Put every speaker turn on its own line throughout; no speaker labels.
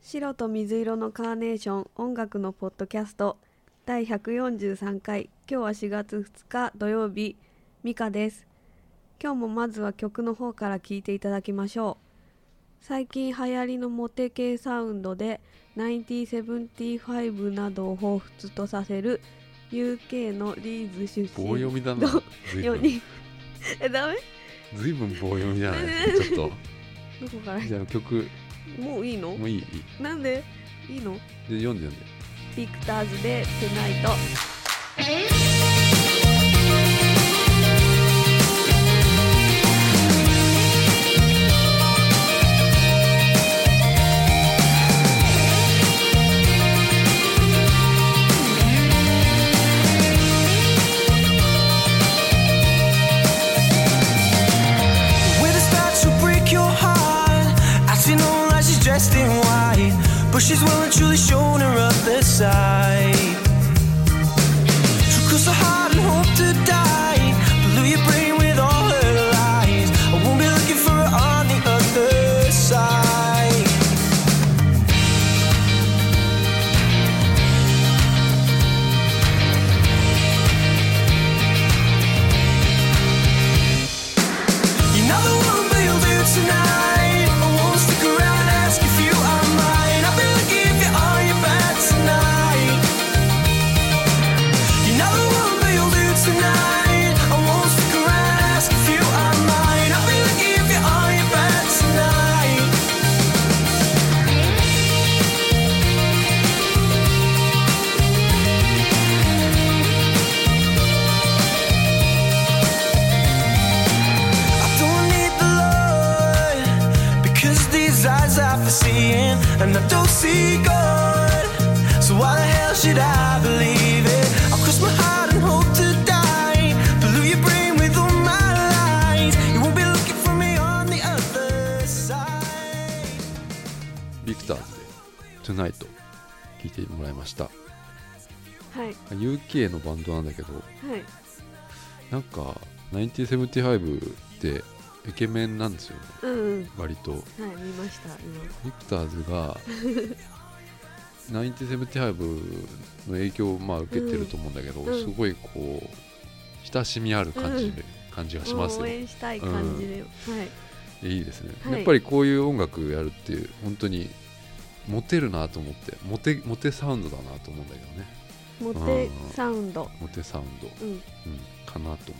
白と水色のカーネーション音楽のポッドキャスト第143回今日は4月2日土曜日ミカです今日もまずは曲の方から聴いていただきましょう最近流行りのモテ系サウンドで1975などを彷彿とさせる UK のリーズ出身
棒読みだな
ど。
ずい
4
ぶん
人 えダメ
ずいぶん棒読みじ ゃない。ちょっ
どこから
と。じゃあ曲
もういいの
もういい。
なんでいいの
で読んで読んで。
ビクターズで「トゥナイト」
With a start to break your heart. I see no lie, she's dressed in white. But she's willing, truly showing her other side. So cross her heart and hope to die. Blew your brain with all her lies. I won't be looking for her on the other side. You're not the one, but you'll do tonight. I won't stick around and ask if you are mine. I'll be lucky if you're on your back tonight. You're not the one, but you'll do tonight. I won't stick around and ask if you are mine. I'll be lucky if you're on your back tonight. I don't need the Lord because these eyes are for seeing, and I don't see God. So why the hell should I believe it? I cross my heart and hope to die. Blew your brain with all my lies. You won't be looking for me on the other side.
ビクターズでトゥナイト聞いてもらいました。
はい
UK のバンドなんだけど、
はい
なんか1975ってイケメンなんですよね。
うんうん
割と。
はい見ました今
ビクターズが1975の影響をまあ受けてると思うんだけど、
うんうん
すごいこう親しみある感じで、感じがしますよ
応援したい感じで、はい
いいですね、
はい
やっぱりこういう音楽やるっていう本当にモテるなと思ってモテモテサウンドだなと思うんだけどね
モテサウンド
モテサウンド、
うん
うん、かなと思って、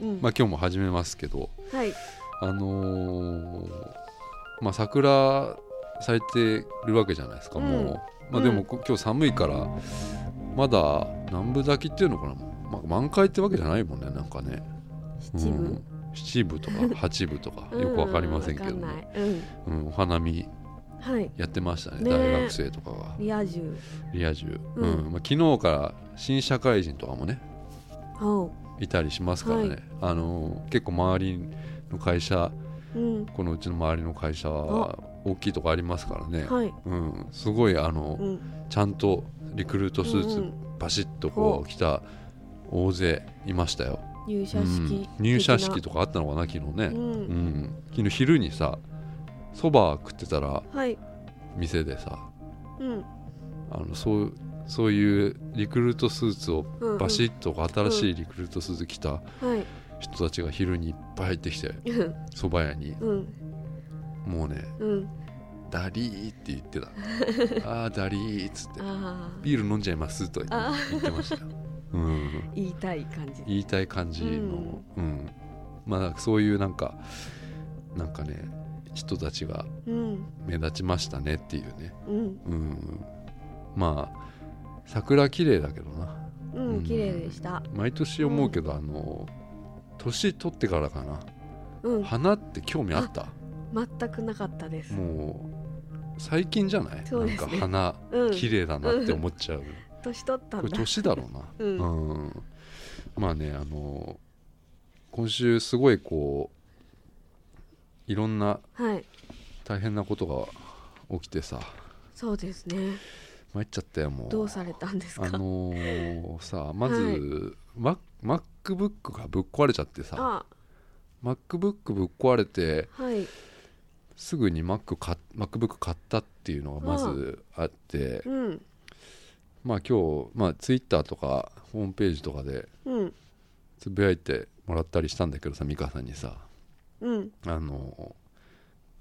うん、
まあ、今日も始めますけど
はい
あのーまあ桜咲いてるわけじゃないですか、
うん
もう、まあ、でもこ今日寒いからまだ南部咲きっていうのかな、まあ、満開ってわけじゃないもんねなんかね
七分、
うん、7分とか八分とかよくわかりませんけど
うんわかん
ね、
ないうん
うん、お花見
はい
やってましたね
ね
大学生とかが
リア充
リア充、
うん
うんまあ、昨日から新社会人とかもね
おう
いたりしますからね、
はい
あのー結構周りの会社
うん
このうちの周りの会社は大きいとこありますからね、
はい
うん、すごいあの、
うん
ちゃんとリクルートスー
う
ツ
ん
バシッとこ
ほ
う着た大勢いましたよ、
入社式、
うん入社式とかあったのかな昨日ね、
う
うん
ん、
昨日昼にさそば食ってたら
はい
店でさ
うん
あのそうそういうリクルートスーツを
うんうん
バシッとこう新しいリクルートスーツ着た
はい
人たちが昼にいっぱい入ってきて
うん
そば屋に
うん
もうね
うん
ダリーって言ってたあーダリーっつって
ああ
ビール飲んじゃいますと言って言ってましたよ、うん、
言いたい感じ
言いたい感じの、うんまあそういうなんかなんかね人たちが
うん
目立ちましたねっていうね、
うん
うん、まあ桜綺麗だけどな
うん綺麗でした
毎年思うけど、あの年取ってからかな
うん
花って興味あった
全くなかったです
もう最近じゃない、
そう
なん
です
か
ね
花
うん
綺麗だなって思っちゃう、
年取ったん
これ
だ
年だろうな
うん
うんまあねあの今週すごいこういろんな
はい
大変なことが起きてさ
そうですね
参っちゃったよもう
どうされたんですか
あのーさまず、
はい
マ MacBook がぶっ壊れちゃってさ
あ
MacBook ぶっ壊れて
はい
すぐに Mac か MacBook 買ったっていうのがまずあって、
うん
まあ今日、まあ、Twitter とかホームページとかで
うん
つぶやいてもらったりしたんだけどさ美香さんにさ
うん
あの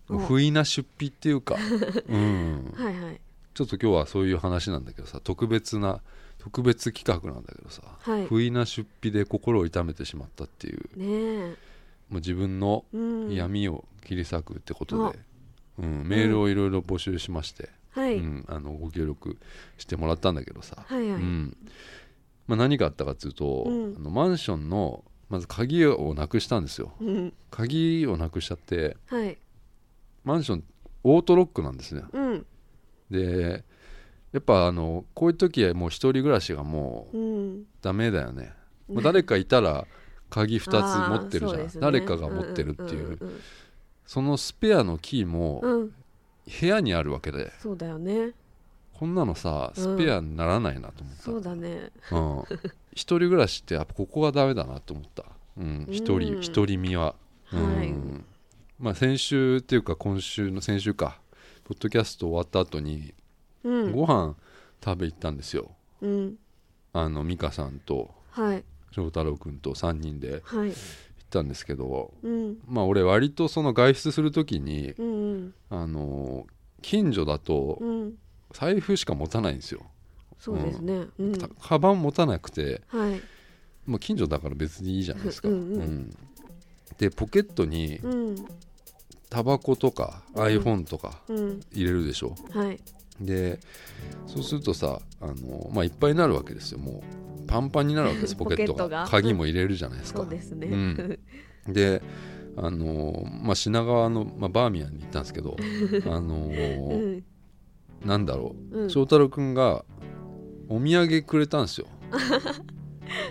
うん
不意な出費っていう か、うん、
はいはい
ちょっと今日はそういう話なんだけどさ特別な特別企画なんだけどさ、
はい
不意な出費で心を痛めてしまったっていう
ねえ
もう自分の
うん
闇を切り裂くってことで、うんメールをいろいろ募集しまして、
は
う
い、
ん、あのご協力してもらったんだけどさ、
はいはい
うんまあ、何があったかっていうと、
うん
あのマンションのまず鍵をなくしたんですよ
うん
鍵をなくしちゃって
はい
マンションオートロックなんですね
うん
でやっぱあのこういう時はもう一人暮らしがもう
うん
ダメだよね、まあ、誰かいたら鍵2つ持ってるじゃ、
あーそうんですね
誰かが持ってるっていう,、
んんん
そのスペアのキー
う
も
んうん
部屋にあるわけで
そうだよね
こんなのさ
うん
スペアにならないなと思った、
そうだね
うん、一人暮らしってやっぱここがダメだなと思った、うん、一人、
うん
一人身は、
はい
うんまあ、先週っていうか今週の先週かポッドキャスト終わった後に
うん
ご飯食べ行ったんですよ、
うん
あの美香さんと
はい
翔太郎君と3人で行っ
はい
たんですけど
うん
まあ俺割とその外出する時に
うんうん
あの近所だと
うん
財布しか持たないんですよ、
そうですねうん
たカバン持たなくて、
はい
まあ、近所だから別にいいじゃないですか。
うんうん
んでポケットに
うん
タバコとか iPhone とか
うん
入れるでしょ。
はい
でそうするとさあの、まあ、いっぱいになるわけですよもうパンパンになるわけですポケッ トが
ポケットが
鍵も入れるじゃないですか。
そうですね
うんであの、まあ、品川の、まあ、バーミヤンに行ったんです けどあの、
うん
なんだろ
う
うん翔太郎くんがお土産くれたんですよ。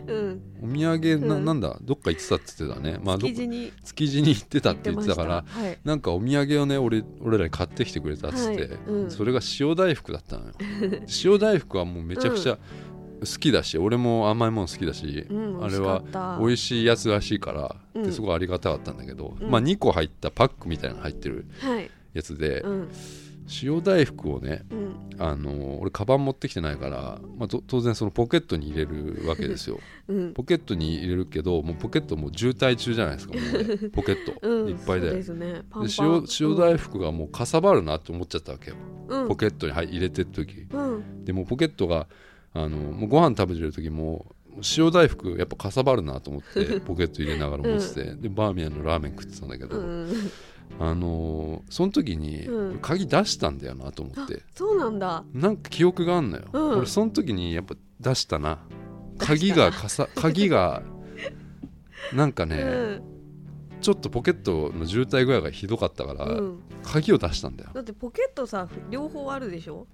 うん
お土産な,、
うん
ん、なんだどっか行ってたって言ってたね。まあ、どっ
築
か
地に
築地に行ってたっ
行って
言
ま
っ
してた
たから
はい
なんかお土産をね俺俺らに買ってきてくれたっつって、
はいうん
それが塩大福だっ たのよ塩大福はもうめちゃくちゃ好きだし、俺も甘いもの好きだし、
うん
あれ
美
は
味しかった
美味しいやつらしいから、
うん
ですごいありがたかったんだけど、
うん
まあ2個入ったパックみたいなの入ってる
はい
やつで、
うん
塩大福をね
うん
あのー俺カバン持ってきてないから、まあ、と当然そのポケットに入れるわけです よ
うん
ポケットに入れるけどもうポケットもう渋滞中じゃないですかもう ね、ポケット、
うん
いっぱい
そう
で
ですねパンパン
で塩塩大福がもうかさばるなって思っちゃったわけよ、
うん
ポケットに入入れてる時
うん
でもうポケットがあのもうご飯食べてる時も塩大福やっぱかさばるなと思っ てポケット入れながら持ってて、でバーミヤンのラーメン食ってたんだけど、
うん
あのーその時に
うん
鍵出したんだよなと思って、
そうなんだ
なんか記憶があんのよ、
うん
俺その時にやっぱ出したな
出したな
鍵が かさ鍵がなんか
う
ね、
ん
ちょっとポケットの渋滞具合がひどかったから、
うん
鍵を出したんだよ
だってポケットさ両方あるでしょ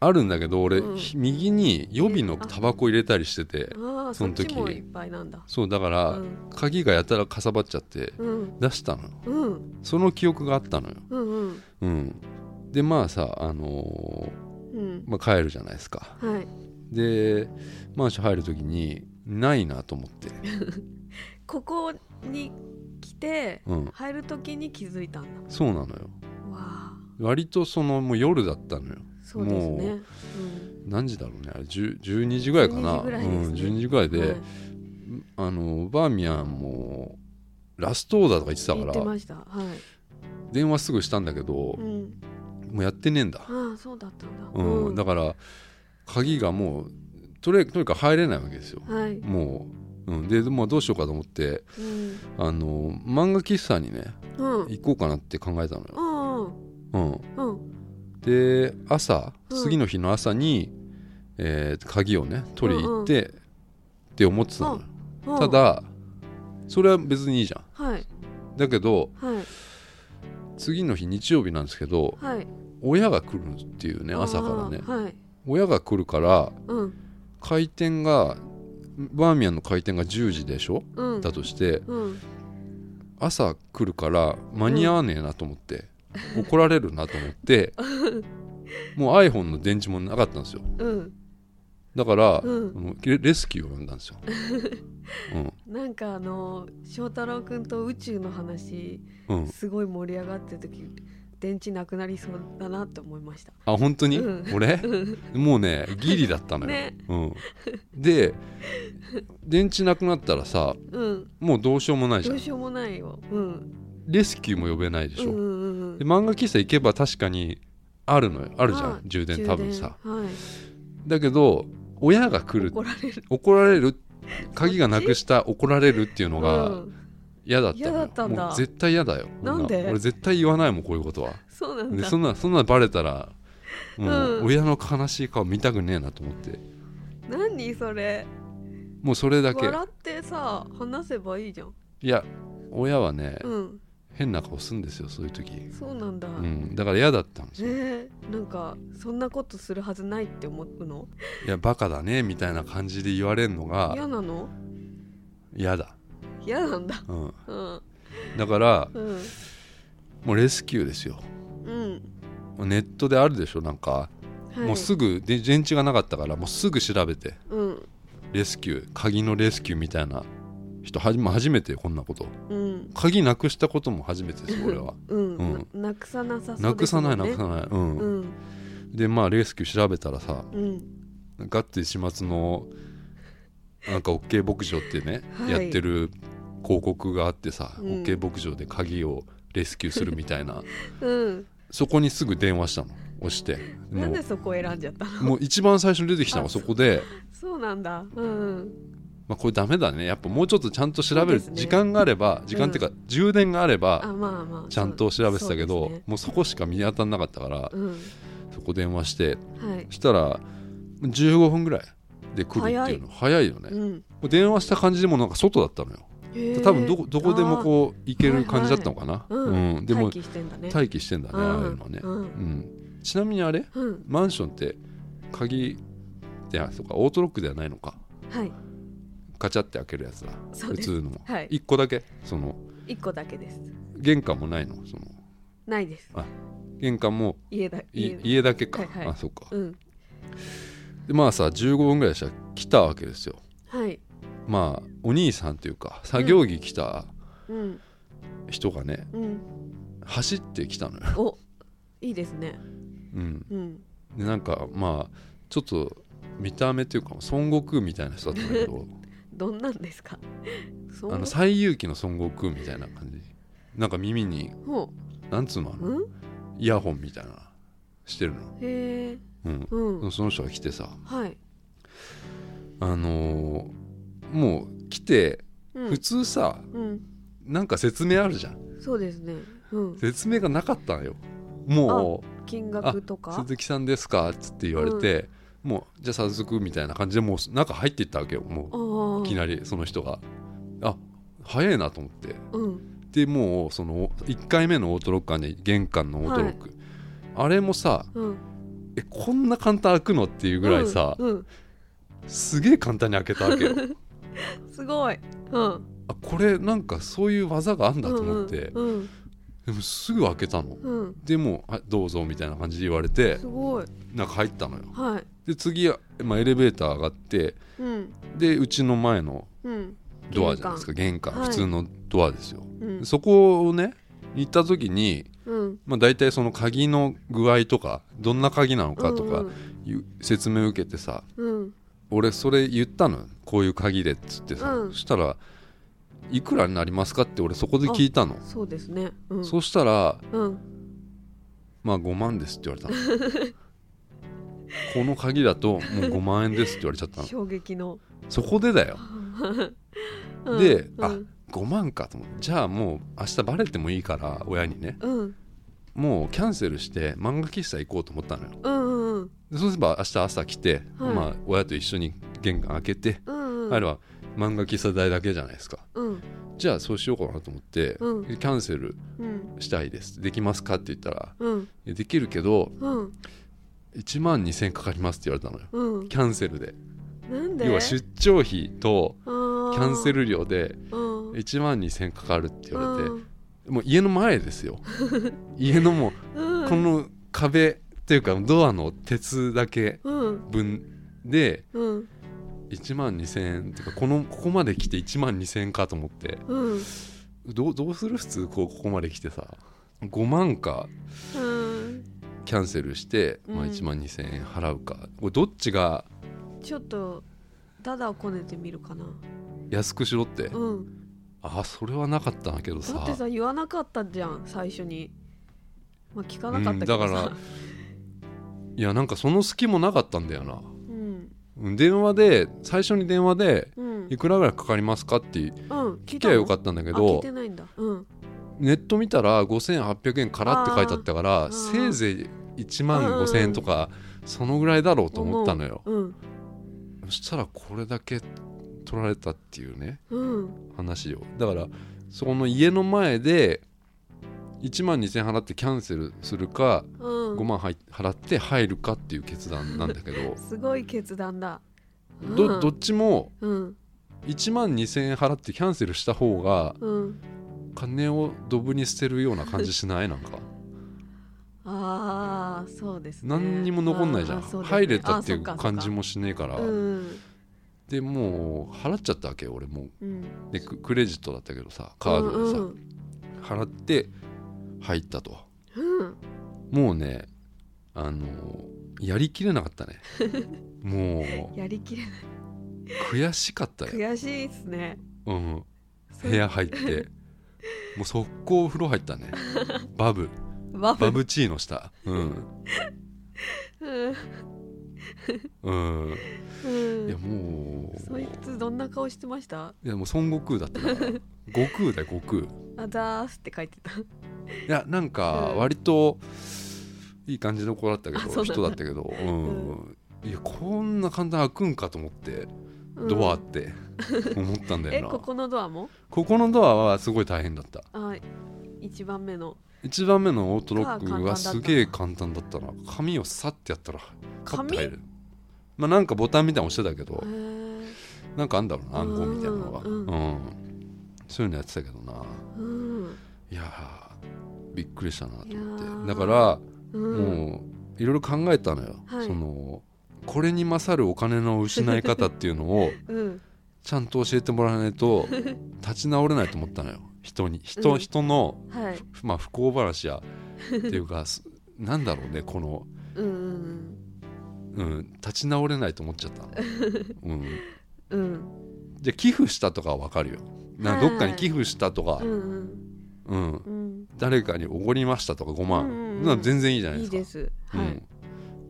あるんだけど俺、
うん
ひ右に予備のタバコ入れたりしてて、
ああ
そ
そっ
の時
ちもいっぱいなんだ
そうだから、
うん
鍵がやたらかさばっちゃって
うん
出したのよ
うん
その記憶があったのよ、
うんうん
うん、でまあさ、あの
うん
ーまあ、帰るじゃないですか
はい
でマンション入る時にないなと思って、
ここに来て
うん、
入る時に気づいたんだ
そうなのよ
わあ
割とそのもう夜だったのよ
そうですね
も何時だろうねあれ10 12時ぐらいかな
12時ぐらいですね
うん、12時ぐらい
うん
で、
はい
あのバーミヤンもラストオーダーとか言ってた
言
か
って
ら
ましたはい
電話すぐしたんだけど、
うん
もうやってねえんだ、
ああそうだったんだ
うんだから鍵がもうとりあえずとにかく入れないわけですよ、
はい
もう、うん、で、まあ、どうしようかと思って
うん
あの漫画喫茶にね
うん
行こうかなって考えたのよ、
うん
うん、
うん
で朝
うん
次の日の朝に、えー鍵をね取りに行って、って思ってたのよ、
うん
ただそれは別にいいじゃん
はい
だけど
はい
次の日日曜日なんですけど
はい
親が来るっていうね朝からね
ああはい
親が来るから
うん
開店がバーミヤンの開店が10時でしょ
うん
だとして
うん
朝来るから間に合わねえなと思って、怒られるなと思ってもう iPhone の電池もなかったんですよ
うん
だから、
うん
もうレレスキューを呼んだ んですよ、うん
なんかあの翔太郎くんと宇宙の話
うん、
すごい盛り上がってる時電池なくなりそうだなって思いました
あ本当に、
う
俺もうねギリだったのよ、
ね
うん、で電池なくなったらさ
うん
もうどうしようもないじ
ど
ゃん
うしようもないようん
レスキューも呼べないでし
うん
ょ、
うんうん
で漫画喫茶行けば確かにあるのよあるじゃ
あ
ん充電多分さ
充電はい
だけど親が来る
怒られる
怒られる鍵がなくした怒られるっていうの
う
が
ん
嫌だったのよ
嫌だったんだ
もう絶対嫌だよ
なんで
こ俺絶対言わないもんこういうことは
そうなん
で
だ
そんなそんなのバレたらもう
うん
親の悲しい顔見たくねえなと思って
何それ
もうそれだけ
笑ってさ話せばいいじゃん
いや親はね、
うん
変な顔するんですよそういう時、
そうなんだ、
うん、だから嫌だったんですよ
ねえなんかそんなことするはずないって思うの
いやバカだねみたいな感じで言われるのが
嫌なの
嫌だ、
嫌なんだ
うん、
うん
だから
うん
もうレスキューですよ
うん
ネットであるでしょなんか、
はい
もうすぐで電池がなかったからもうすぐ調べて
うん
レスキュー鍵のレスキューみたいな人はじもう初めてこんなこと
うん
鍵なくしたことも初めてです俺 は
うん、
うん
ななくさなさそうですもんね
なくさないなくさない、うん
うん
でまあレスキュー調べたらさ
うん
ガッて始末のなんか OK 牧場ってね、
はい
やってる広告があってさ、
うん
OK 牧場で鍵をレスキューするみたいな
うん
そこにすぐ電話したの押して
な
も
ん
う
でそこ選んじゃった の
もう一番最初に出てきたのがそこで、
そうなんだうん
まあ、これダメだねやっぱもうちょっとちゃんと調べる、
そうですね
時間があれば時間っていうか、充電があれ
あ
ば
まあまあ
ちゃんと調べてたけど
そうですね
もうそこしか見当たんなかったから、そこ電話して
うんはい
そしたら15分ぐらいで来るっていうの早いよね、も
うん
う電話した感じでもなんか外だったのよ
へえ
多分どこどこでもこう行ける感じだったのかな、
あーうん、
うんでも
待機してんだね
待機してんだねああいうのはね、
うん
うん、ちなみにあれ
うん
マンションって鍵であそうかオートロックではないのか
はい
ガチャって開けるやつだ
そう
普
です
通のも、
はい
1個だけその
一個だけです
玄関もないのその
ないです
玄関も
家だ
い
だ
家だけか、
はいはい
あそうか、
うん
でまあさ15分ぐらいしたら来たわけですよ
はい
まあお兄さんというか作業着着た
うん
人がね、
うん
走ってきたのよ、
おいいですね
うん、
うん
でなんかまあちょっと見た目というか孫悟空みたいな人だったんだ けど
どんなんですか そ
あ
う
の西遊記の孫悟空みたいな感じなんか耳に
ほ
なんつうのあ
う
の
うん
イヤホンみたいなしてるの、
へえ
うん
うん
その人が来てさ
はい
あのーもう来て
うん
普通さ、
うん
なんか説明あるじゃん
そうですねうん
説明がなかったのよもう
金額と
「
か
鈴木さんですか?」っつって言われて、もうじゃあ早速みたいな感じでもう中入っていったわけよも
あ
ういき
り
なりその人があ早いなと思って
うん
でもうその1回目のオートロックあんね玄関のオートロック、あれもさ
うん
えこんな簡単開くのっていうぐらいさ、
うん
すげえ簡単に開けた わけ
う
よ
んすごいうん
あこれなんかそういう技があんだと思って、
うん
でもすぐ開けたの
うんうん
でもうはいどうぞみたいな感じで言われて
すごい
中入ったのよ
はい
で次、まあ、エレベーター上がって
うん
でうちの前の
うん
ドアじゃないですか玄関
はい
普通のドアですよ、
うん
そこをね行った時に
うん
まあ、大体その鍵の具合とかどんな鍵なのかとか
うん
いう説明を受けてさ
うん
俺それ言ったのよこういう鍵でっつってさ、
うん
そしたら「いくらになりますか?」って俺そこで聞いたの、
そうですねうん
そしたら
うん
「まあ5万です」って言われたのこの鍵だともう5万円ですって言われちゃったの
衝撃の
そこでだよ、
うん
で、
うん
あ5万かと思ってじゃあもう明日バレてもいいから親にね
うん
もうキャンセルして漫画喫茶行こうと思ったのよ
うんうん
でそうすれば明日朝来て、
はい
まあ、親と一緒に玄関開けて、
うんうん
あれは漫画喫茶代だけじゃないですか
うん
じゃあそうしようかなと思って、
うん
キャンセル
うん
したいですできますかって言ったら
うん
いやできるけど
うん
1万2000かかりますって言われたのよ
うん
キャンセルで
なんで
要は出張費と
キ
キャ
ャ
ンセ
ル
ル料で
言
1万2000かかるって言われてもう家の前で すよ家のもうこの壁っていうかドアの鉄だけ
うん
分で
うん
1万2000円っていうかこのここまで来て1万2000円かと思って
うん
どうどうする普通こうここまで来てさ5万か
うん
キャンセルして、まあ、
うん
1万2,000円払うかこれどっちが
ちょっとダダをこねてみるかな
安くしろって、
うん
ああそれはなかったんだけど
だ
さ
ってさ言わなかったじゃん最初にまあ聞かなかったけ
うん
ど
だか
さ
らいやなんかその隙もなかったんだよな
うん
うん電話で最初に電話で
うん
いくらぐらいかかりますかって
うん聞
聞きゃよか
っ
ったんだけ
たのあ聞い
ど
てないんだうん
ネット見たら5800円からって書いてあったから
ー
せいぜい1万5000円とかそのぐらいだろうと思ったのよ
うん
そしたらこれだけ取られたっていうね
うん
話をだからそこの家の前で1万2000円払ってキャンセルするか
うん
5万入払って入るかっていう決断なんだけど
すごい決断だう
ど
ん
どっちも
うん
1万2000円払ってキャンセルした方が
うん
金をドブに捨てるような感じしないな んか
ああそうですね
何にも残んないじゃん、
あーそうですね
入れたってい
あー
う
そっか
感じもしねえから
そっかうん
でもう払っちゃったわけよ俺も
うん
うでククレジットだったけどさカードでさ、
うん
払って入ったと
うんうん
もうねあのーやりきれなかった ねもう
やりきれない
悔しかったよ、
悔しいですね
うん、
そう
部屋入ってもう速攻風呂入 ったねバブ
バブ
バブチーの下うん
うん
うん
うん
いやもう
そいつどんな顔してました
いやもう孫悟空だったから 悟空だよ悟空
あざーすって書いてた
いやなんか
うん
割といい感じの子だったけ
あそ
ど
うなんだ
人だったけどうん、いやこんな簡単に開くんかと思ってドア
う
っ
ん
て思ったんだ
え
よな、
ここのドアも
ここのドアはすごい大変だった
あ一番目の
1番目のオートロッ
が
ク
簡単だ
が
った
すげえ簡単だったな紙をさってやったらパッて
紙
入るまあなんかボタンみたいなの押してたけど
へー
なんかあんだろうな暗号みたいなのが
う
うん
うん
ん、そういうのやってたけどな
うん
いやーびっくりしたなと
いや
思っ
ー
てだから
うん
もういろいろ考えたのよ、
はい
そのこれに勝るお金の失い方っていうの を
うん
ちゃんと教えてもらわないと立ち直れないと思ったのよ人に人,、
うん
人の、
はい
まあ、不幸話やっていうかすなんだろうねこの、
うんうん
うん、立ち直れないと思っちゃったの、うん、
うんうん
じゃあ寄付したとかは分かるよな
はい
どっかに寄付したとか、
うんうん
うん、
うん
誰かにおごりましたとか5万、
うんうんうん
なんか全然いいじゃない
い
で
い
すか
ですはい
うん、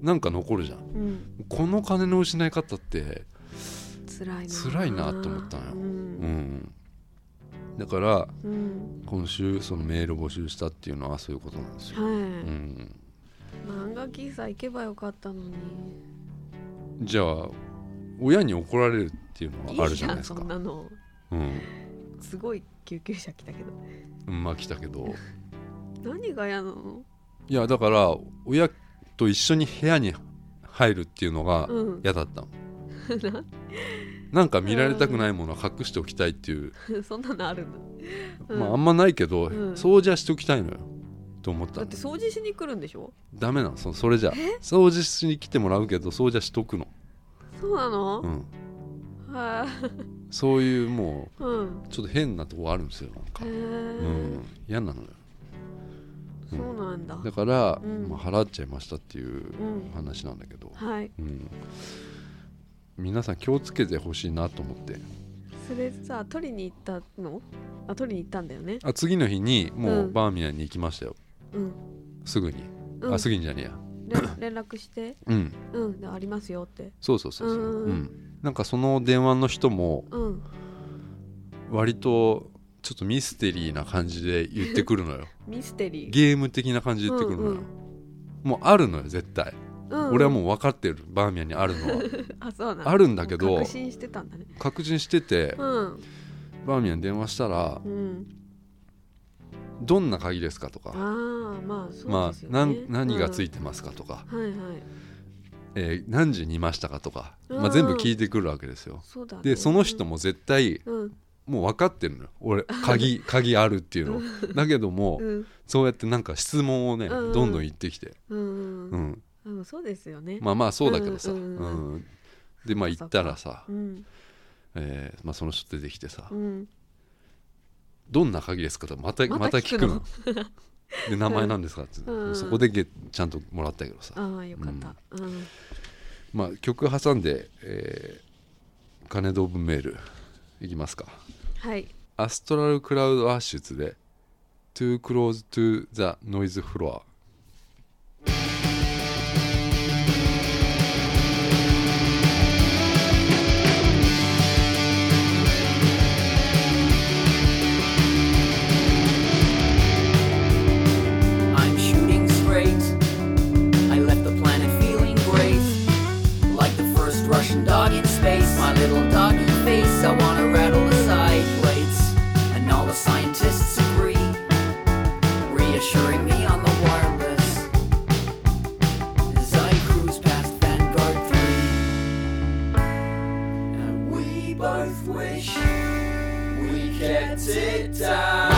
なんか残るじゃん
うん
この金の失い方って、
辛いな
辛いなと思ったのよ
う
うんん、だから
うん
今週そのメール募集したっていうのはそういうことなんですよ、う
は
ん、
い漫画喫茶行けばよかったのに
じゃあ親に怒られるっていうのはある
いい
じ
じ
ゃ
ゃ
ないで
ん
す
そ
か
んなの
うん
すごい救急車来たけど
うん、まあ来たけど
何が嫌なの
いやだから親と一緒に部屋に入るっていうのが
うん
嫌だったの、なんか見られたくないものは隠しておきたいっていう、
そんなのあるの、うん
まああんまないけど、
ん
掃除はしておきたいのよと思った
だ
の
って掃除しに来るんでしょ
ダメなのそそれじゃ掃除しに来てもらうけど掃除はしとくの、
そうなの、
うん、
はい、
そういうも
うん
うちょっと変なとこあるんですよなんか
へえ、
うん、嫌なのようん
そうなんだ
だから、
うん
まあ、払っちゃいましたっていう
うん
話なんだけど、
はい
うん、皆さん気をつけてほしいなと思って
それさ取りに行ったのあ取りに行ったんだよね
あ次の日にもううんバーミヤンに行きましたよ、
うん、
すぐに、
うん、
あすぐにじゃねえや
れん連絡して
うん
うんでありますよって
そうそうそうそう
うんうん
う
うん
んなんかその電話の人も
うん
割とちょっとミステリーな感じで言ってくるのよ
ミステリー、
ゲーム的な感じで言ってくるのよ、
うん
もうあるのよ絶対、
うん
俺はも
う
う分かってるバーミヤンにあるのは
あそうなん
あるんだけど
もう確信してたんだね
確認してて
うん
バーミヤンに電話したら
うん
「どんな鍵ですか?」と
ああ
か
まあそ
「
う
ま
です
あ
よね、
なん何がつい
て、
てますか?」とか
うん、はいはい
「えー何時にいましたか?」とか、ま
う
あ、
ん
全部聞いてくるわけですよ。
そうだね
でその人も絶対
うん
もう分かってるのよ俺鍵 鍵あるっていうのだけども
うん
そうやってなんか質問をね
うんうん
どんどん言ってきて、
うんうん
う
うん
ん、
うん、そうですよね。
まあまあそうだけどさ、う
うんんうん
でまあ
そっ
行
か
ったらさ
う、ん、
えーまあ、その人出てきてさ
うん、
どんな鍵ですかとまた
また
また聞くの
聞
で名前なんですかって、
うん
そこでゲちゃんともらったけどさ、
ああよかった、うん
まあ、曲挟んで、えー金ドブメールいきますか
はい
アストラルクラウドアッシュツで Too Close to the Noise Floor
I'm shooting straight. I left the planet feeling great. Like the first Russian dog in space, my little doggy face. I wanna rattle the side plates, and all the scientists agree, reassuring me on the wireless. As I cruise past Vanguard 3, and we both wish we kept it down.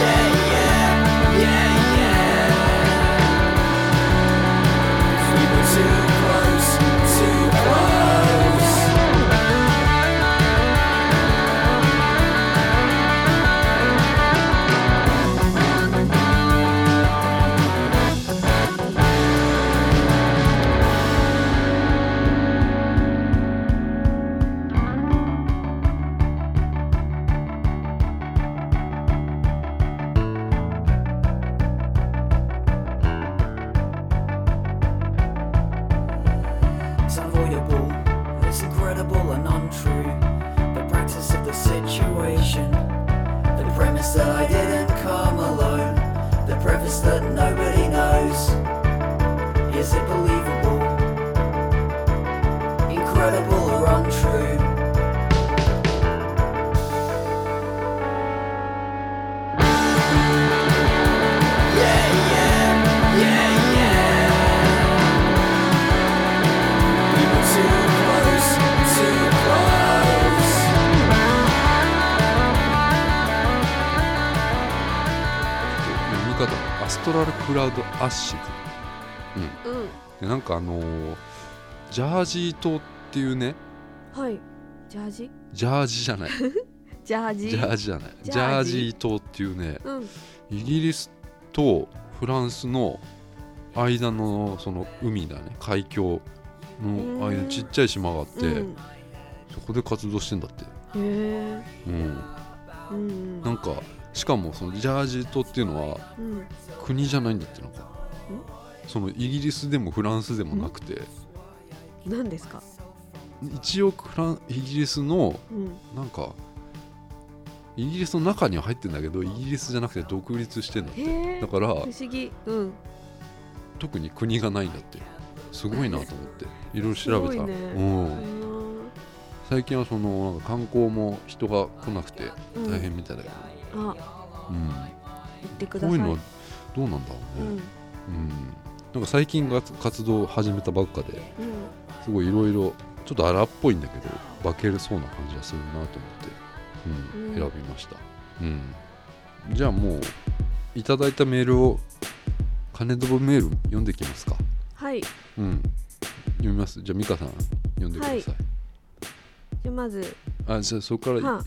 Yeah, yeah, yeah, yeah. We were too close, too close. It's unavoidable, it's incredible and untrue. The practice of the situation, the premise that I didn't come alone, the preface that nobody knows. Is it believable? Incredible or untrue? Yeah, yeah, yeah, yeah. We were too close, too close.
読み方アストラルクラウドアッシュズ
うん
でなんかあのージャージー島っていうね
はいジャージ
ジャージじゃないジ
ジャージ
ャージじゃない
ジ
ジ
ャ
ャ
ー
ー
ジ
ジー島っていうね
うん
イギリスとフランスの間のその海だね海峡の間
うん
にちっちゃい島があって、
うん
そこで活動してんだって、
へえ
うん、
うんう
なんんかしかもそのジャージー島っていうのは
うん
国じゃないんだってなんかそのイギリスでもフランスでもなくて
何ですか
一応フランイギリスの
うん
なんかイギリスの中には入ってんだけどイギリスじゃなくて独立してんだ
へえ
だから
不思議うん
特に国がないんだってすごいなと思 っていろいろ調べ
す
た、
ごいね
うん、最近はそのなんか観光も人が来なくて
うん
大変みたいだけど、
あ
うん
言ってくだ
こ
さいう
いうのはどうなんだろ
う
うね、
ん
うんなんか最近が活動を始めたばっかで
うん
すごいいろいろちょっと荒っぽいんだけど化けるそうな感じがするなと思って、うん
うん
選びました、うんじゃあもういただいたメールを金どぼメール読んでいきますか、
はいじ
うん、読みますじゃあ美香さん読んでください、
ゃあまず
あじゃあそこからい、
はあ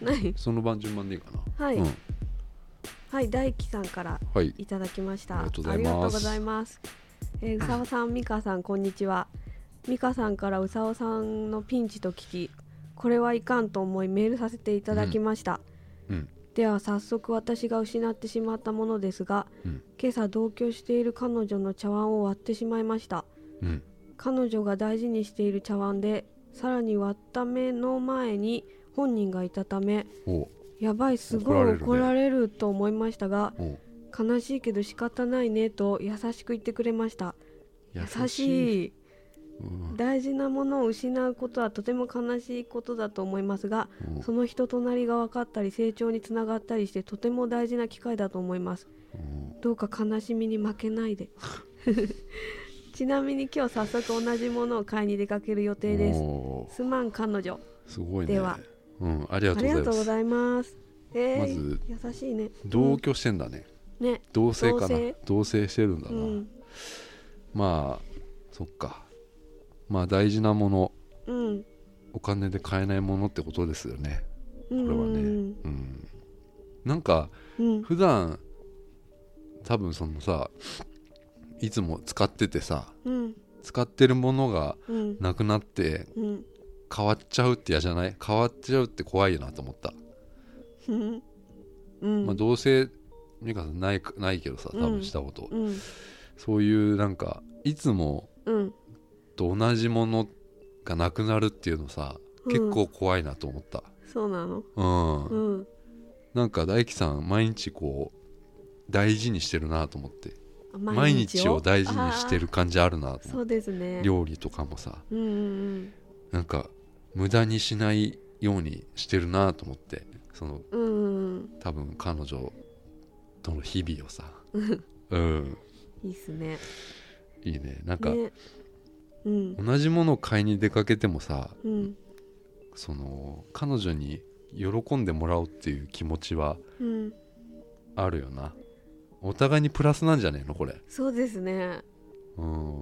何
その番順番でいいかな
はい
うん、
はい大輝さんから
はい
いただきました
ありがとうございま
あり
す
がとうございますえーうさおさん美香さんこんにちは美香さんからうさおさんのピンチと聞きこれはいかんと思いメールさせていただきました、
うん
では早速私が失ってしまったものですが、
うん
今朝同居している彼女の茶碗を割ってしまいました
うん
彼女が大事にしている茶碗でさらに割った目の前に本人がいたため
お
やばいすごい
怒られるね
怒られると思いましたが、
お
悲しいけど仕方ないねと優しく言ってくれました優
い、
しい
うん
大事なものを失うことはとても悲しいことだと思いますが
うん
その人となりが分かったり成長につながったりしてとても大事な機会だと思います
うん
どうか悲しみに負けないで ちなみに今日早速同じものを買いに出かける予定です
お
すまん彼女
ーすごいね
では
うん、ありが
あ
とう
りが
ござ
とう
い
ご
ます
ざいますえ
ま
ー
ず、
優しいね
同居してんだね、
ね
同棲かな
同
同
棲
棲してるんだ
う
な、
ん
まあそっかまあ大事なもの
うん
お金で買えないものってことですよね
う
これはね
ん
うん、なんか
うん
普段多分そのさいつも使っててさ
うん
使ってるものが
うん
なくなって
うん
変わっちゃうって嫌じゃない変わっちゃうって怖いよなと思った、
うんうん
まあどうせ美香さんないないけどさ多
うん
分したこと、
うん
そういうなんかいつも
うん
と同じものがなくなるっていうのさ、
うん
結構怖いなと思った
そうなの
うん、
うん
なんか大樹さん毎日こう大事にしてるなと思って毎
毎
日を大事にしてる感じある
あ
なと
ー
思
そ
っ
うですね
て料理とかもさ
うんうん
なんか無駄にしないようにしてるなと思ってその
うんうん
多分彼女との日々をさうん
いいっすね
いいねなんか
ねうん
同じものを買いに出かけてもさ
うん
その彼女に喜んでもらおうっていう気持ちは
うん
あるよなお互いにプラスなんじゃねえのこれ
そうですね
うん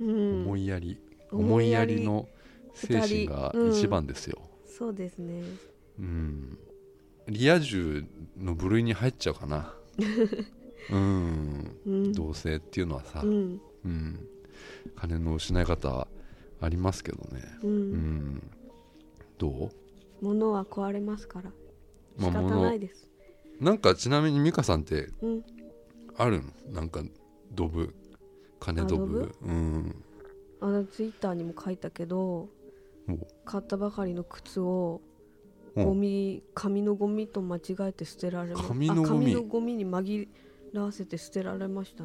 うん
思いやり、
うん
思いやりの精神が
二人うん
一番ですよ、
そうですね
うんリア充の部類に入っちゃう かなうん
うん
同性っていうのはさ、
う
うん
ん
金の失い方ありますけどね
う
うん、
ん
どう、
物は壊れますから仕
ま
方
あ物
ないです
なんかちなみに美香さんって
うん
あるのなんかドブ金ドブ
あ
うん
あのツイッターにも書いたけど
お
買ったばかりの靴を
うん
ゴミ紙のゴミと間違えて捨てられま
紙のゴミ
あ紙のゴミに紛らわせて捨てられました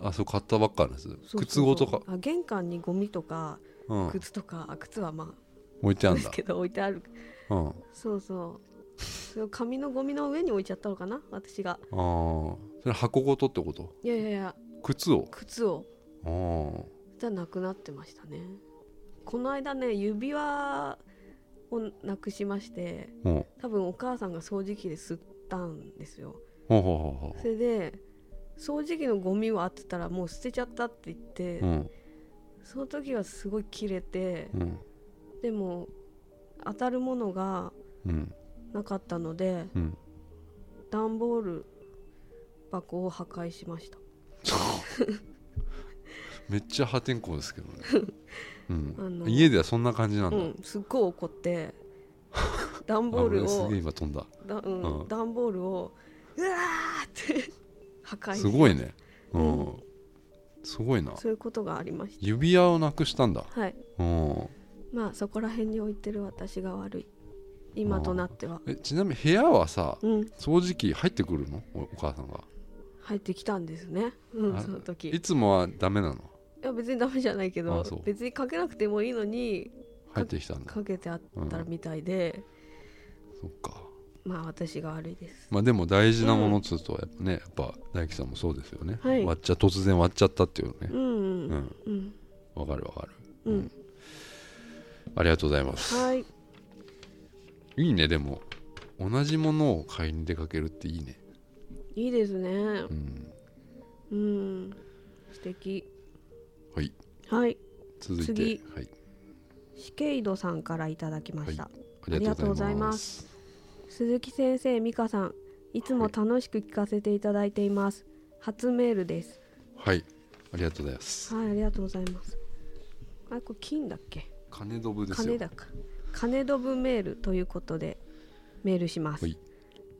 あそう買ったばっかなんです
そうそうそう
靴ごとか、
あ玄関にゴミとか
うん、
靴とか、あ靴はま
置いて
あ
あ
で
ん
す
だ
けど置いてある
うん
そうそうその紙のゴミの上に置いちゃったのかな私が
ああそれ箱ごとってこと
いやいやいや
靴を
靴を
あー
じゃなくなってましたねこの間ね指輪をなくしまして
うん
多分お母さんが掃除機で吸ったんですよ
ほうほうほうほ
それで掃除機のゴミを当てたらもう捨てちゃったって言って、
ううん
その時はすごい切れて、
うん
でも当たるものが
うん
なかったので
うん
段ボール箱を破壊しました
めっちゃ破天荒ですけどね、う
あ
ん、
の
家ではそんな感じなんだ、
う
あ
んすっごい怒って段ボール
俺す
を
げえ今飛んだ
だうん
うん
段ボールをうわーって 破壊
すごいねうん、
う
すごいな
そういうことがありまし
指輪をなくしたんだ
たはい
うん
まあそこら辺に置いてる私が悪い今となっては
えちなみに部屋はさ
うん
掃除機入ってくるのおお母さんが、
入ってきたんですねうん
あ
その時
い
い
つもはダメなの
や別にダメじゃないけど
あそう
別にかけなくてもいいのに
入ってきたんだ
かけてあったみたいで、
そっか
まあ私が悪いです
まあでも大事なものっつうとやっぱね、やっぱ大樹さんもそうですよね、
はい
割っちゃ突然割っちゃったっていうね
うん
う
うん
ん
うん
わ、かるわかる
うん、
ありがとうございます、
はい
い、いねでも同じものを買いに出かけるっていいね
いいですね
うん
うん素敵
はい
はい
続いて
次
はい
シケイドさんからいただきました、
はありがとうございます
鈴木先生美香さんいつも楽しく聞かせていただいています、初メールです
はいありがとうございます
はいありがとうございますあこれ金だっけ
金ドブですよ
金だか金ドブメールということでメールします、
はい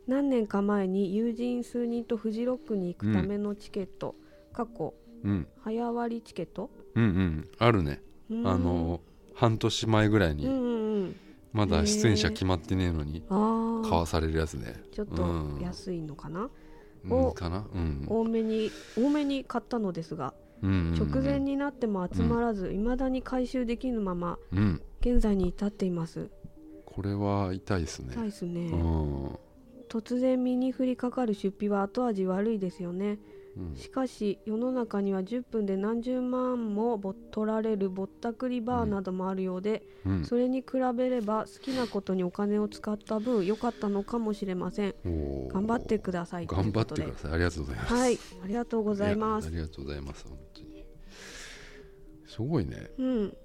何年か前に友人数人とフジロックに行くためのチケット、過去
うん
早割りチケット
うんうんあるね
あ
あの半年前ぐらい
うん
に
うんうん
まだ出演者決まってねえのに
あ
買
あ
わされるやつね
ちょっ
うん
と安いのかな、
うん
を
かなうん
多めに多めに買ったのですが
うんうんうん
直前になっても集まらず、未だに回収できぬまま
うん
現在に至っています
これは痛いですね
痛いですね、
うん
突然身に降りかかる出費は後味悪いですよね
うん
しかし世の中には10分で何十万もぼ取られるぼったくりバーなどもあるようで、
うん
それに比べれば好きなことにお金を使った分良かったのかもしれません
おー
頑張ってくださいとい
頑
う
張
こ
っ
と
て
で
くださいありがとうございます
はいありがとうございま
や
す
ありがとうございます本当にすごいね
うん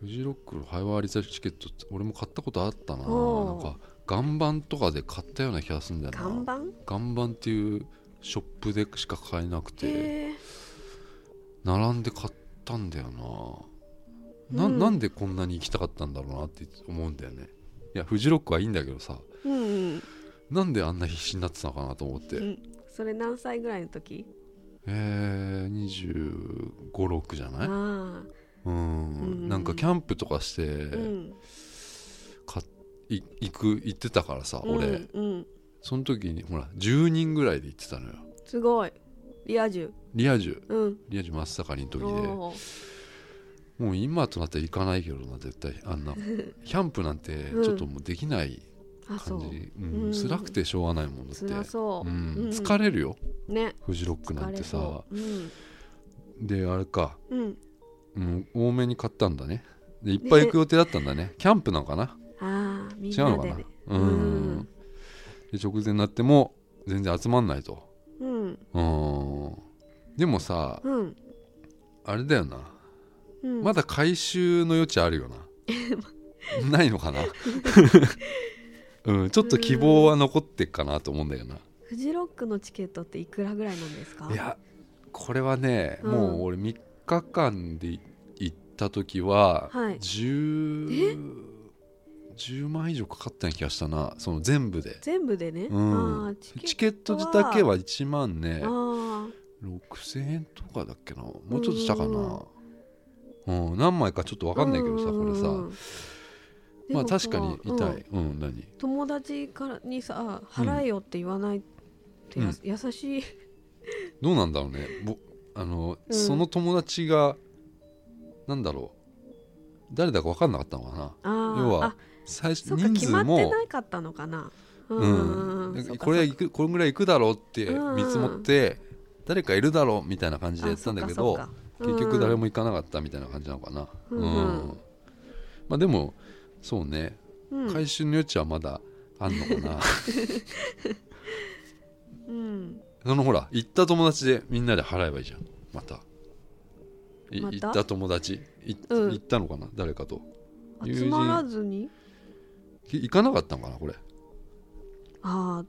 フジロックのハイワーリサーチケットって俺も買ったことあったな
お
な
ー
んか岩盤とかで買ったような気がするんだよな
看板
岩盤っていうショップでしか買えなくて
へえ
並んで買ったんだよなな,、
うん
ん、なんでこんなに行きたかったんだろうなって思うんだよねいやフジロックはいいんだけどさ
うんうん
なんであんな必死になってたのかなと思って、
うんそれ何歳ぐらいの時
えー、256じゃな
あ
い
あう
うん、
ん
なんかキャンプとかして、
うん
買っい行く行ってたからさ、俺
うんうん
その時にほら10人ぐらいで行ってたのよ
すごいリア充
リア充
うん
リア充真っ盛りの時で
おー
もう今となったら行かないけどな絶対 あんなキャンプなんてちょっともうできない
あそ
感
う
じ、う
うん
ん、辛くてしょうがないもんだって
辛そう、
うん
うん
疲れるよ
ね
フジロックなんてさ
疲れそう
であれか
うん、うん、
もう多めに買ったんだねでいっぱい行く予定だったんだねキャンプなのかな
ああみん
違う
な
のか
で
な
ね
う
うん
んで直前になっても全然集まんないと
うん
うんでもさ
うん
あれだよな、
うん
まだ回収の余地あるよなないの かなうんちょっと希望は残ってっかなと思うんだよな
フジロックのチケットっていくらぐらいなんですか
いやこれはね、
うん
もう俺3日間で行った時は、
はい
10 10万以上かかったような気がしたなその全部で、
全部でね、
うん、
ああ
チケットだけは1万ね
ああ
6000円とかだっけなもうちょっとしたか
う
なうん、何枚かちょっと分かんないけどさこれさまあ確かに痛い、うん、何
友達からにさ払えよって言わないってや、
うん
優しい
どうなんだろうねぼあの、
うん
その友達がなんだろう誰だか分かんなかったのかな
あー
要
あ
は最初
そうか
人
決
数
まって
も
なかったのかなうん
うん
うんうん
な
そ
ん
う
か
か
これはいくこれぐらい行くだろうって
うんうん
見積もって誰かいるだろうみたいな感じでやってたんだけ
あそ
ど
うかそうか
結局誰
うん
も行かなかったみたいな感じなのかな
うんうん
まあでもそうね
うん
回収の余地はまだあんのかな
うん
そのほら行った友達でみんなで払えばいいじゃんまたい
また
行った友達い
うん
行ったのかな誰かと友人
集まらずに
き行かなかったのかなこれ
あー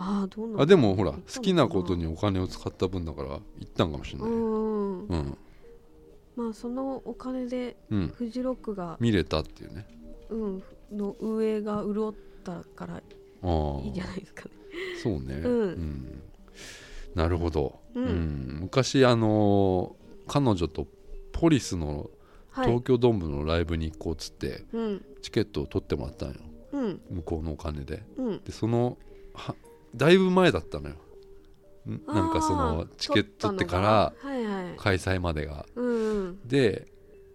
あーどうなの
あでもほら
行ったのかな
好きなことにお金を使った分だから行ったんかもしれな
う
いね
んうん
うん
まあそのお金で
うん
フジロックが、
見れたっていうね
うん、の運営が潤ったから
ああ
いいんじゃないですかね
そうね
う
うんん、なるほど、
うん
昔あのー彼女とポリスの
はい
東京ドームのライブに行こうっつって、
うん
チケットを取ってもらったのよ
うん
向こうのお金で
うん
でそのはだいぶ前だったのよん
あー
なんかそのチケット取ってから
取ったのがはいはい
開催までが
うんうん
で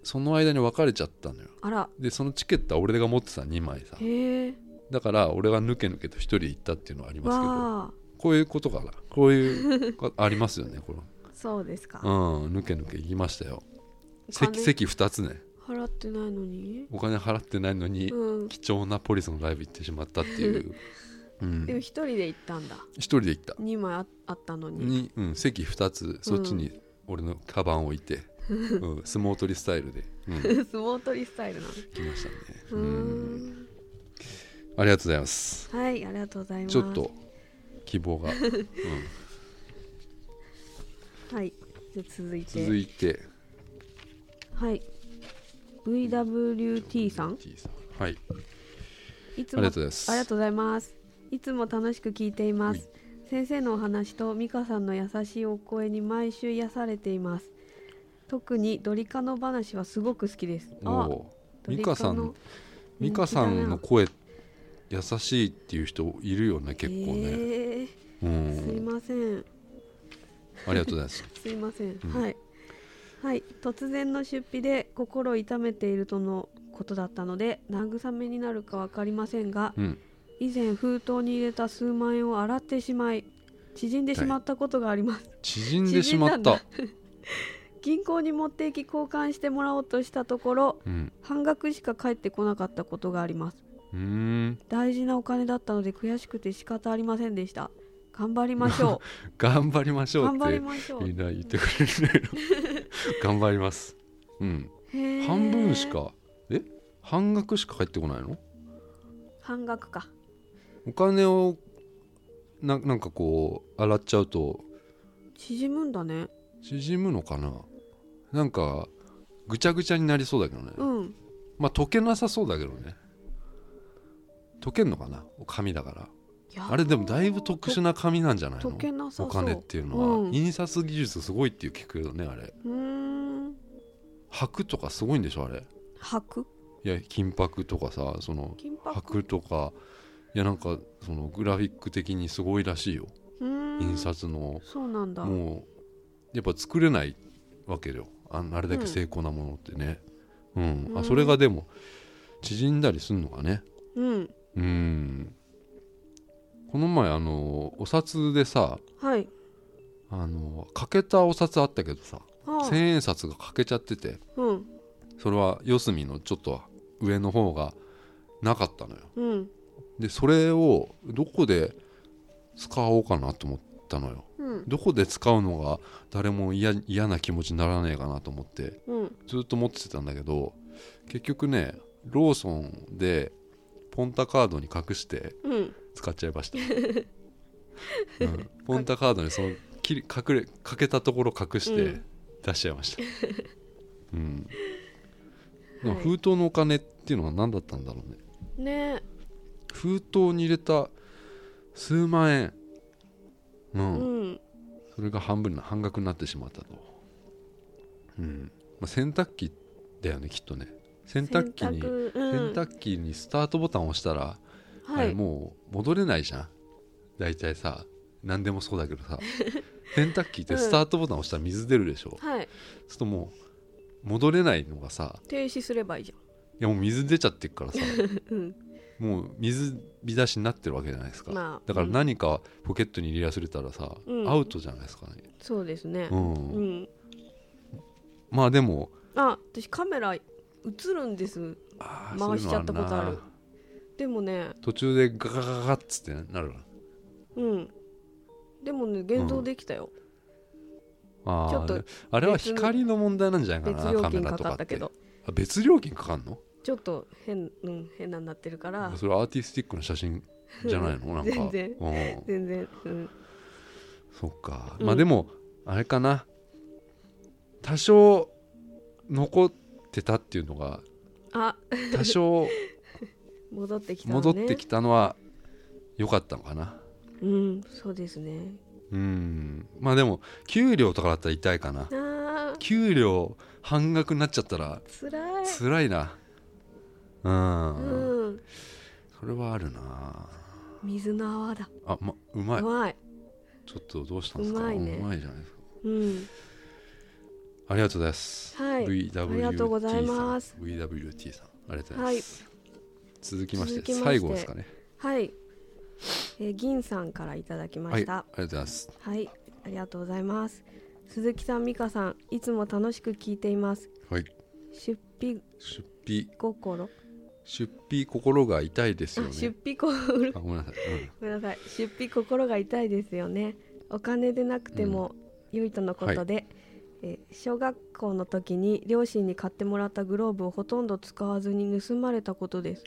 その間に別れちゃったのよ
あら
でそのチケットは俺が持ってた2枚さ
へえ
だから俺は抜け抜けと1人で行ったっていうのはありますけど
わあ
こういうことかなこういうありますよねこの
そうですか
うん抜け抜け行きましたよ
お金
席席2つね
払ってないのに
お金払ってないのに、
うん
貴重なポリスのライブ行ってしまったって いう、うん、
でも
1
一人で行ったんだ
人で行った
2枚ああったのに
に、うん、席2つそっちに俺のカバンを置 いて、うん、相撲取りスタイルで、うん、行
相撲取りスタイルなの
きましたね
う
うん
ーん
ありがとうございます
はいありがとうございます
ちょっと希望が、うん、
はいじゃあ続いて
続いて
はい VWT さん
T さんはい
いつ
あ
も
りがとうございます
ありがとうございますいつも楽しく聞いていま
は
す先生のお話と美香さんの優しいお声に毎週癒されています特にドリカの話はすごく好きです
お
あ
お
ドリ
美
カの
香さん
人
美香さんの声優しいっていう人いるよね結構ね、
え
う
ーすい
ん
ません
ありがとうございます
すいません、
ん
はい、はい、突然の出費で心を痛めているとのことだったので慰めになるか分かりませんが、
うん
以前封筒に入れた数万円を洗ってしまい縮んでしまったことがあります、
縮んでしまっ
縮
た
ん銀行に持っていき交換してもらおうとしたところ
うん
半額しか返ってこなかったことがあります
うーん
大事なお金だったので悔しくて仕方ありませんでした頑張りましょ
頑張りまし
う
ょう
頑
っ
張り
て
ましょう
みんな言ってくれるのよ頑張りますうん
へー
半分しかえ半額しか入ってこないの
半額か
お金をななんかこう洗っちゃうと
縮むんだね
縮むのかななんかぐちゃぐちゃになりそうだけどね、
うん
まあ溶けなさそうだけどね溶けんのかな紙だから
いや
あれでもだいぶ特殊な紙なんじゃないの
溶けなさそう
お金っていうのは、
うん
印刷技術すごいっていう聞くよねあれ
うーん
箔とかすごいんでしょあれ
箔
いや金箔とかさその
金箔
箔とかいやなんかそのグラフィック的にすごいらしいよ
うーん
印刷の、
そうなんだ
もうやっぱ作れないわけよあんあれだけ精巧なものってねうん、
う
あ
ん
それがでも縮んだりすんのかね
うん
うんこの前あのお札でさ
はい
あの欠けたお札あったけどさ
ああ
千円札が欠けちゃってて
うん
それは四隅のちょっと上の方がなかったのよ
うん
でそれをどこで使おうかなと思ったのよ
うん
どこで使うのが誰も嫌嫌な気持ちにならねえかなと思って
うん
ずっと持ってたんだけど結局ねローソンでポンタカードに隠して
うん
使っちゃい ました、うん、ポンタカードにそのきり隠れかけたところ隠し
う
て
ん
出しちゃい ました、うんでも
はい
封筒のお金っていうのは何だったんだろうね
ね
封筒に入れた数万円、う
うんん
それが半分の半額になってしまったと、うんまあ、洗濯機だよねきっとね洗濯機に洗濯,、
洗濯,、うん、
機にスタートボタンを押したら、
は
あれ
い
もう戻れないじゃん大体さ何でもそうだけどさ洗濯機ってスタートボタン押したら水出るでしょ、ちょ
はい
っともう戻れないのがさ
停止すればいいじゃん
いやもう水出ちゃってっからさ
うん
もう水浸しになってるわけじゃないですか、
まあ
だから
うん
何かポケットに入れ忘れたらさ、
うん
アウトじゃないですかね、
そうですね
うん
うん
まあでも
あ私カメラ映るんです
あー
回しちゃったことある
そういうのな
でもね
途中でガガガガガッつってなるから
うんでもね現像できたよ、
あー
ちょっと
あれは
別の
光の問題なんじゃないか
別
な
料
カメ
金
ラ
か
と
か
か
っ
っ
た
て
けど
あ別料金かかんの
ちょっと変,、うん、変なになってるから
それアーティスティックな写真じゃないのなんか
全然
うん
全然、うん、
そっか
うん
まあでもあれかな多少残ってたっていう のが
あ
多少
戻ってきたのね
戻ってきたのは良かったのかな
うんそうですね
うんまあでも給料とかだったら痛いかな
あー
給料半額になっちゃったら
つらい
辛いなう、
うんん
それはあるな
水の泡だ
あまうまいう
まい
ちょっとどうしたんですか
うまいね
うまいじゃないですか
うん
ありがとうございます、
はい
VWT さん
ありがとうございます
VWT さんありがとうございます、続きまして
続きまして
最後ですかね
はい、えー銀さんからいただきま
はいあり
した
がとうございます
はい、ありがとうございます鈴木さん美香さんいつも楽しく聞いています
はい
出費
出費
心、
出費心が痛いですよ
あ出
ね
費心
あごめんなさい、うん
ごめんなさい出費心が痛いですよねお金でなくても良いとのことで、えー小学校の時に両親に買ってもらったグローブをほとんど使わずに盗まれたことです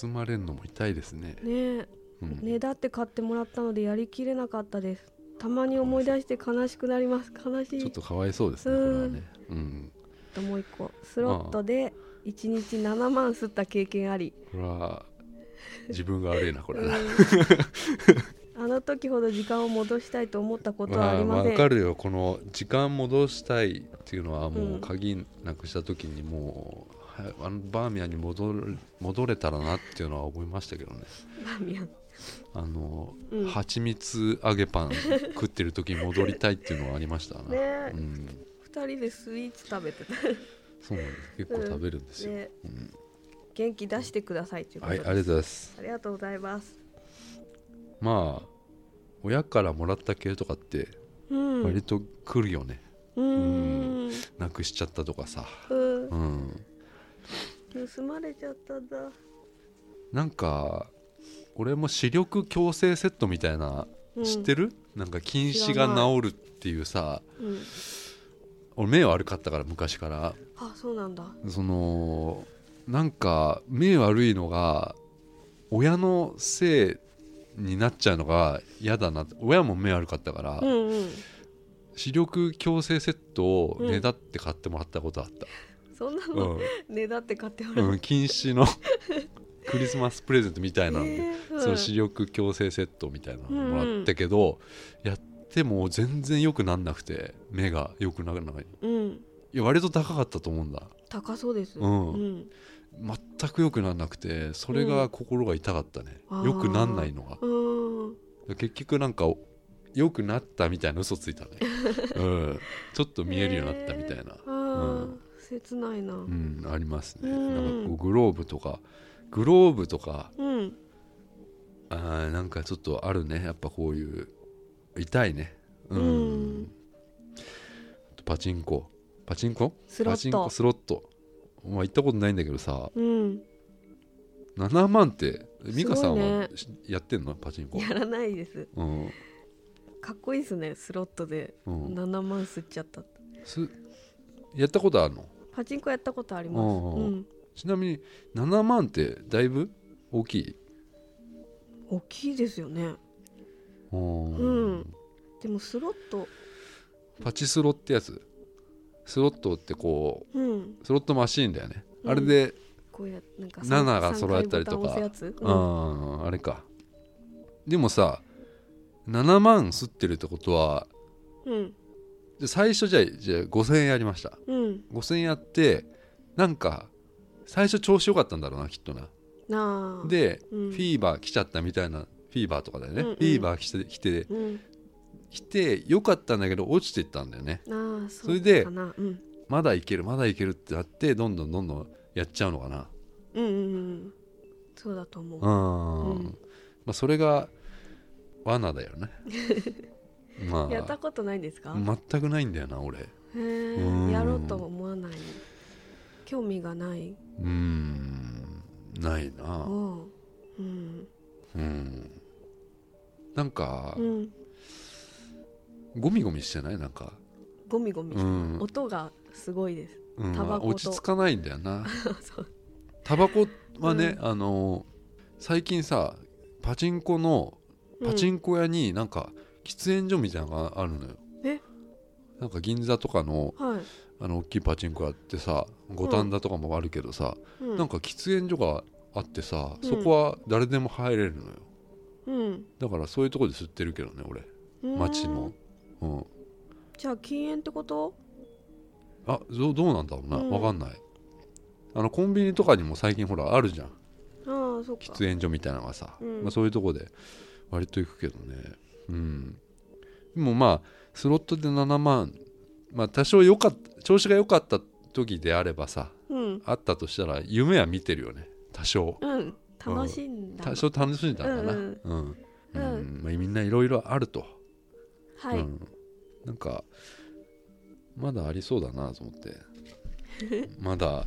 盗まれるのも痛いですね
ねえ、
うん
ねだって買ってもらったのでやりきれなかったですたまに思い出して悲しくなります悲しい
ちょっとかわいそうですねこれはねうん
あともう一個スロットで1日7万吸った経験あり
これは自分が悪いなこれな
あの時ほど時間を戻したいと思ったことは
ま
あ
あ
りませ
わ
ん、
かるよこの時間戻したいっていうのはも
うん
う鍵なくした時にもう、はいあのバーミヤンに戻る戻れたらなっていうのは思いましたけどね
バーミヤン
あの、
うん
蜂蜜揚げパン食ってる時に戻りたいっていうのはありましたな、
ねえ
うん、
2人でスイーツ食べてた
そうなんです結構食べるんですよ、
ね
うん
元気出してくださいということ
は
で
いあり
す、
がとうございます
ありがとうございます
まあ親からもらった系とかって
うん
割と来るよね、
うーん
なくしちゃったとかさ
う
うん
ん盗まれちゃったんだ
なんか俺も視力矯正セットみたいな、
うん
知ってるなんか近視
知ら
が
な
治るっていうさ
うん
俺目悪かったから昔から
あそうなんだ
そのなんか目悪いのが親のせいになっちゃうのが嫌だなって親も目悪かったから、
うんうん
視力矯正セットをねだって買ってもらったことあった、
そんな
う
の、
ん
ねだって買ってもら
う
う、
ん、禁止の クリスマスプレゼントみたいなので、
えーうん
その視力矯正セットみたいなのもらったけど、やっても全然良くなんなくて目が良くならない
うん、
いや割と高かったと思うんだ
高そうです
うん
うん
全く良くならなくてそれが心が痛かったね、
あー
良くなんないのが
うん
結局なんか良くなったみたいな嘘つ いたね、うん、ちょっと見えるようになったみたいな、
あー
うん
切ないなう、
うんん、ありますね、
うん
なんかこうグローブとかグローブとかあーなんかちょっとあるねやっぱこういう痛いねうん、
うん
あとパチンコパチンコ
スロット
パチンコスロットまあ行ったことないんだけどさ
うん、
7万って美香さ
す
ん
ごい
は
ね
しやってんのパチンコ
やらないです
うん、
かっこいいですねスロットで
うん、
7万吸っちゃったって
すやったことあるの
パチンコやったことあります
おうおう
うん
ちなみに7万ってだいぶ大きい
大きいですよね
うん
うんでもスロット
パチスロってやつスロットってこ
うん
うスロットマシーンだよね、
うん
あれで、
こうやなんか
7が
三
揃えたりとか
三回ボタン押すやつ
あーあれかでもさ7万吸ってるってことは
うん
じゃあ最初じゃあじゃあ5000円やりました
うん
5000円やってなんか最初調子良かったんだろうなきっとな
なあ
で、
うん
フィーバー来ちゃったみたいなフィーバーとかだよね、
うんうん
フィーバー来て来て
うん
来て良かったんだけど落ちていったんだよね
なあそ
それ
う
で
かなうん
まだいけるまだいけるってなってどんどんどんどんやっちゃうのかな
うんうんうんそうだと思う
うん、
うん
まあ、それが罠だ よねま
やった
あ
ことないんですか、
全くないんだよな俺
へ
うん
えやろうとは思わない興味がない
うんないな
おううん
うんなんか、
うん
ゴミゴミしてないなんか、
ゴミゴミして
う
る、
ん
音がすごいです
うん
タバコと
落ち着かないんだよな
そう
タバコはね、
う
あの最近さパチンコのパチ
ン
ンコ屋になんか喫煙所みたいなのがあるのよ
え
なんか銀座とかの
はい、
あの大きいパチンコ屋ってさ五反田とかもあるけどさ、
うん、
なんか喫煙所があってさ、
うん
そこは誰でも入れるのよ
うん
だからそういうとこで吸ってるけどね俺街
う
の
ん
うん
じゃあ禁煙ってこと
あどうどうなんだろうな
うん
わかんないあのコンビニとかにも最近ほらあるじゃん
ああそっか
喫煙所みたいなのがさ、
うん
まあ、そういうとこで割と行くけどねうんでもまあスロットで7万まあ多少良かった調子が良かった時であればさ
うん
あったとしたら夢は見てるよね多少
うん楽しんだ
多少楽しんだのかなう
うんん、
うん
うん
まあ、みんないろいろあると、
はい、
うん、なんかまだありそうだなと思って まだ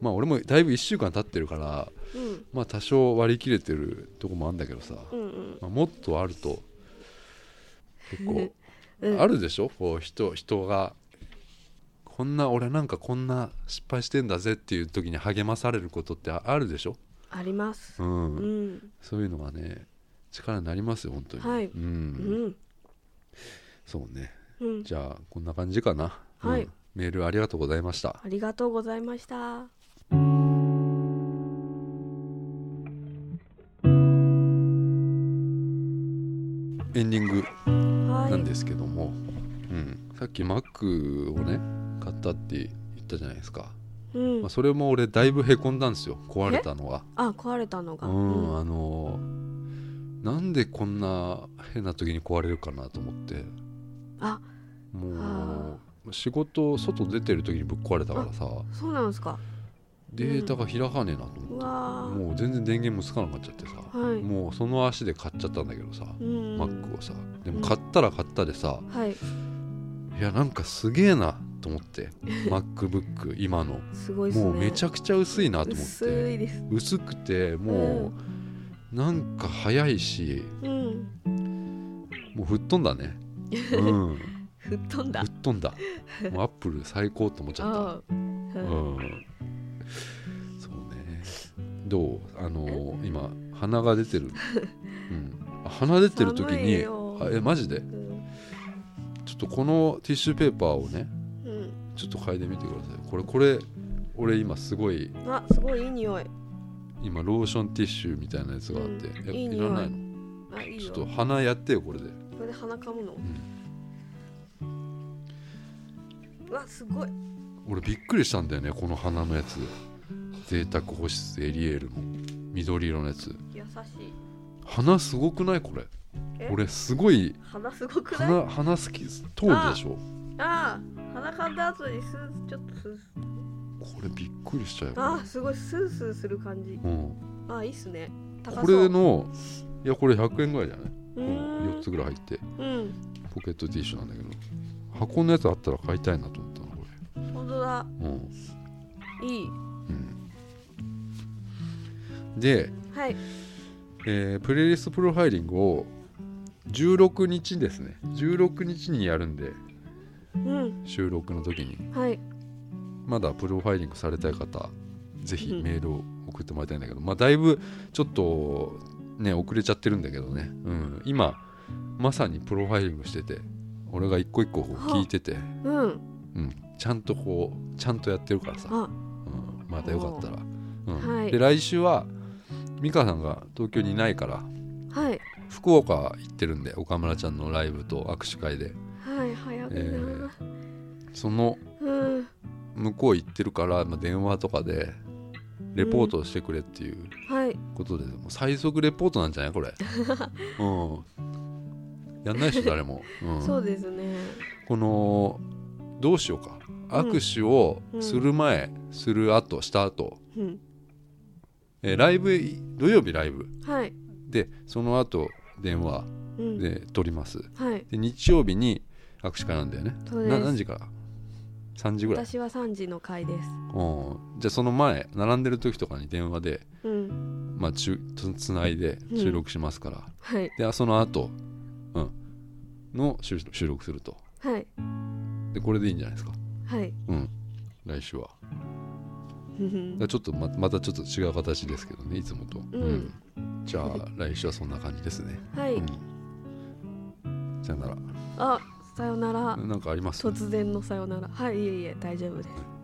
まあ俺もだいぶ1週間経ってるから
うん、
まあ多少割り切れてるとこもあるんだけどさ、
うんうん
まあ、もっとあると結 構
うん
あるでしょこう人人がこんな俺なんかこんな失敗してんだぜっていう時に励まされることってああるでしょ、
あります
うん
うん
そういうのがね力になりますよ本当に、
はい
うん
うん
そうね
うん
じゃあこんな感じかな、
はい
うんメールありがとうございました
ありがとうございました
エンディング
はい
なんですけども、うん、さっき Mac をね買ったって言ったじゃないですか、
うん
まあ、それも俺だいぶへこんだんですよ壊れたのは
あ壊れたのが
うん、
うん
あのなんでこんな変な時に壊れるかなと思って
あ
も
あ
う仕事外出てる時にぶっ壊れたからさ
そうなんですか
データが開かねえなと
う
思っ
わ
て、
ー
もう全然電源もつかなくなっちゃってさ、
はい
もうその足で買っちゃったんだけどさ、
うん
マックをさでも買ったら買ったでさ
はい
いやなんかすげえなと思って MacBook 今の
すごいですね
もうめちゃくちゃ薄いなと思って
薄いです
薄くてもうなんか早いし
うん
もう吹っ飛んだ ね。うん、
吹っ飛んだ
吹っ飛んだ。もうアップル最高と思っちゃった。
あー
う
うん
ん。 そうね。どうあの今鼻が出てるうん、鼻出てる時
寒い
に
よ
あえマジ
う
で
ん
ちょっとこのティッシュペーパーをね
うん
ちょっと嗅いでみてくださいこれこれ俺今すごい
あすごいいい匂い
今ローションティッシュみたいなやつがあって、
うん
や
いい
らない
匂
の
あいい
ちょ
よ
っ
こと
鼻やってよこれで
れで鼻かむのうわすごい
俺びっくりしたんだよねこの鼻のやつ贅沢保湿エリエールの緑色のやつ
優しい
鼻すごくないこれ
え
俺すごい
鼻すごくない
鼻鼻好き通るでしょ
ああ鼻かんだ後にスースちょっとスース
これびっくりしたよ
ああすごいスースーする感じ
うん、
ああいいっすね高
こ
そう
れのいやこれ100円ぐらいじゃないうこ
ー
の
ん
4つぐらい入って
うん
ポケットティッシュなんだけど箱のやつあったら買いたいなと思ったなこ
本当だ
れうん
いい
うんで、
はい
えープレイリストプロファイリングを16日ですね16日にやるんで
うん
収録の時に
はい
まだプロファイリングされたい方ぜひメールを送ってもらいたいんだけど、まあだいぶちょっとね遅れちゃってるんだけどね、うん、今まさにプロファイリングしてて俺が一個一個こう聞いてて、
うん
うん、ちゃんとこうちゃんとやってるからさ、
あ
うん、またよかったら、うん
はい
で来週は美香さんが東京にいないから
はい
福岡行ってるんで岡村ちゃんのライブと握手会で
はい早くな、
えーその
うん
向こう行ってるから、まあ、電話とかでレポートをしてくれっていう
はい
ことで、もう最速レポートなんじゃないこ れ、うん、やんないでしょ誰も、うん
そうですね
このどうしようか握手をする前、する後した後、
うん
えーライブい土曜日ライブ
はい
でその後電話
うん
で取ります
はい
で日曜日に握手会なんだよね
そうです
な何時から3時ぐらい、
私は3時の回です
うん、じゃあその前並んでる時とかに電話で
うん
まあ、ちゅつつないで
うん
収録しますから、
はい
であその後、うんの収収録すると
はい
でこれでいいんじゃないですか
はい
うん来週は
うん
だちょっとままたちょっと違う形ですけどねいつもと、
うん
うんじゃあ来週はそんな感じですね、
は
う
い
ん、さよなら
あさよなら
なんかあります
突然のさよならはいいえいえ大丈夫です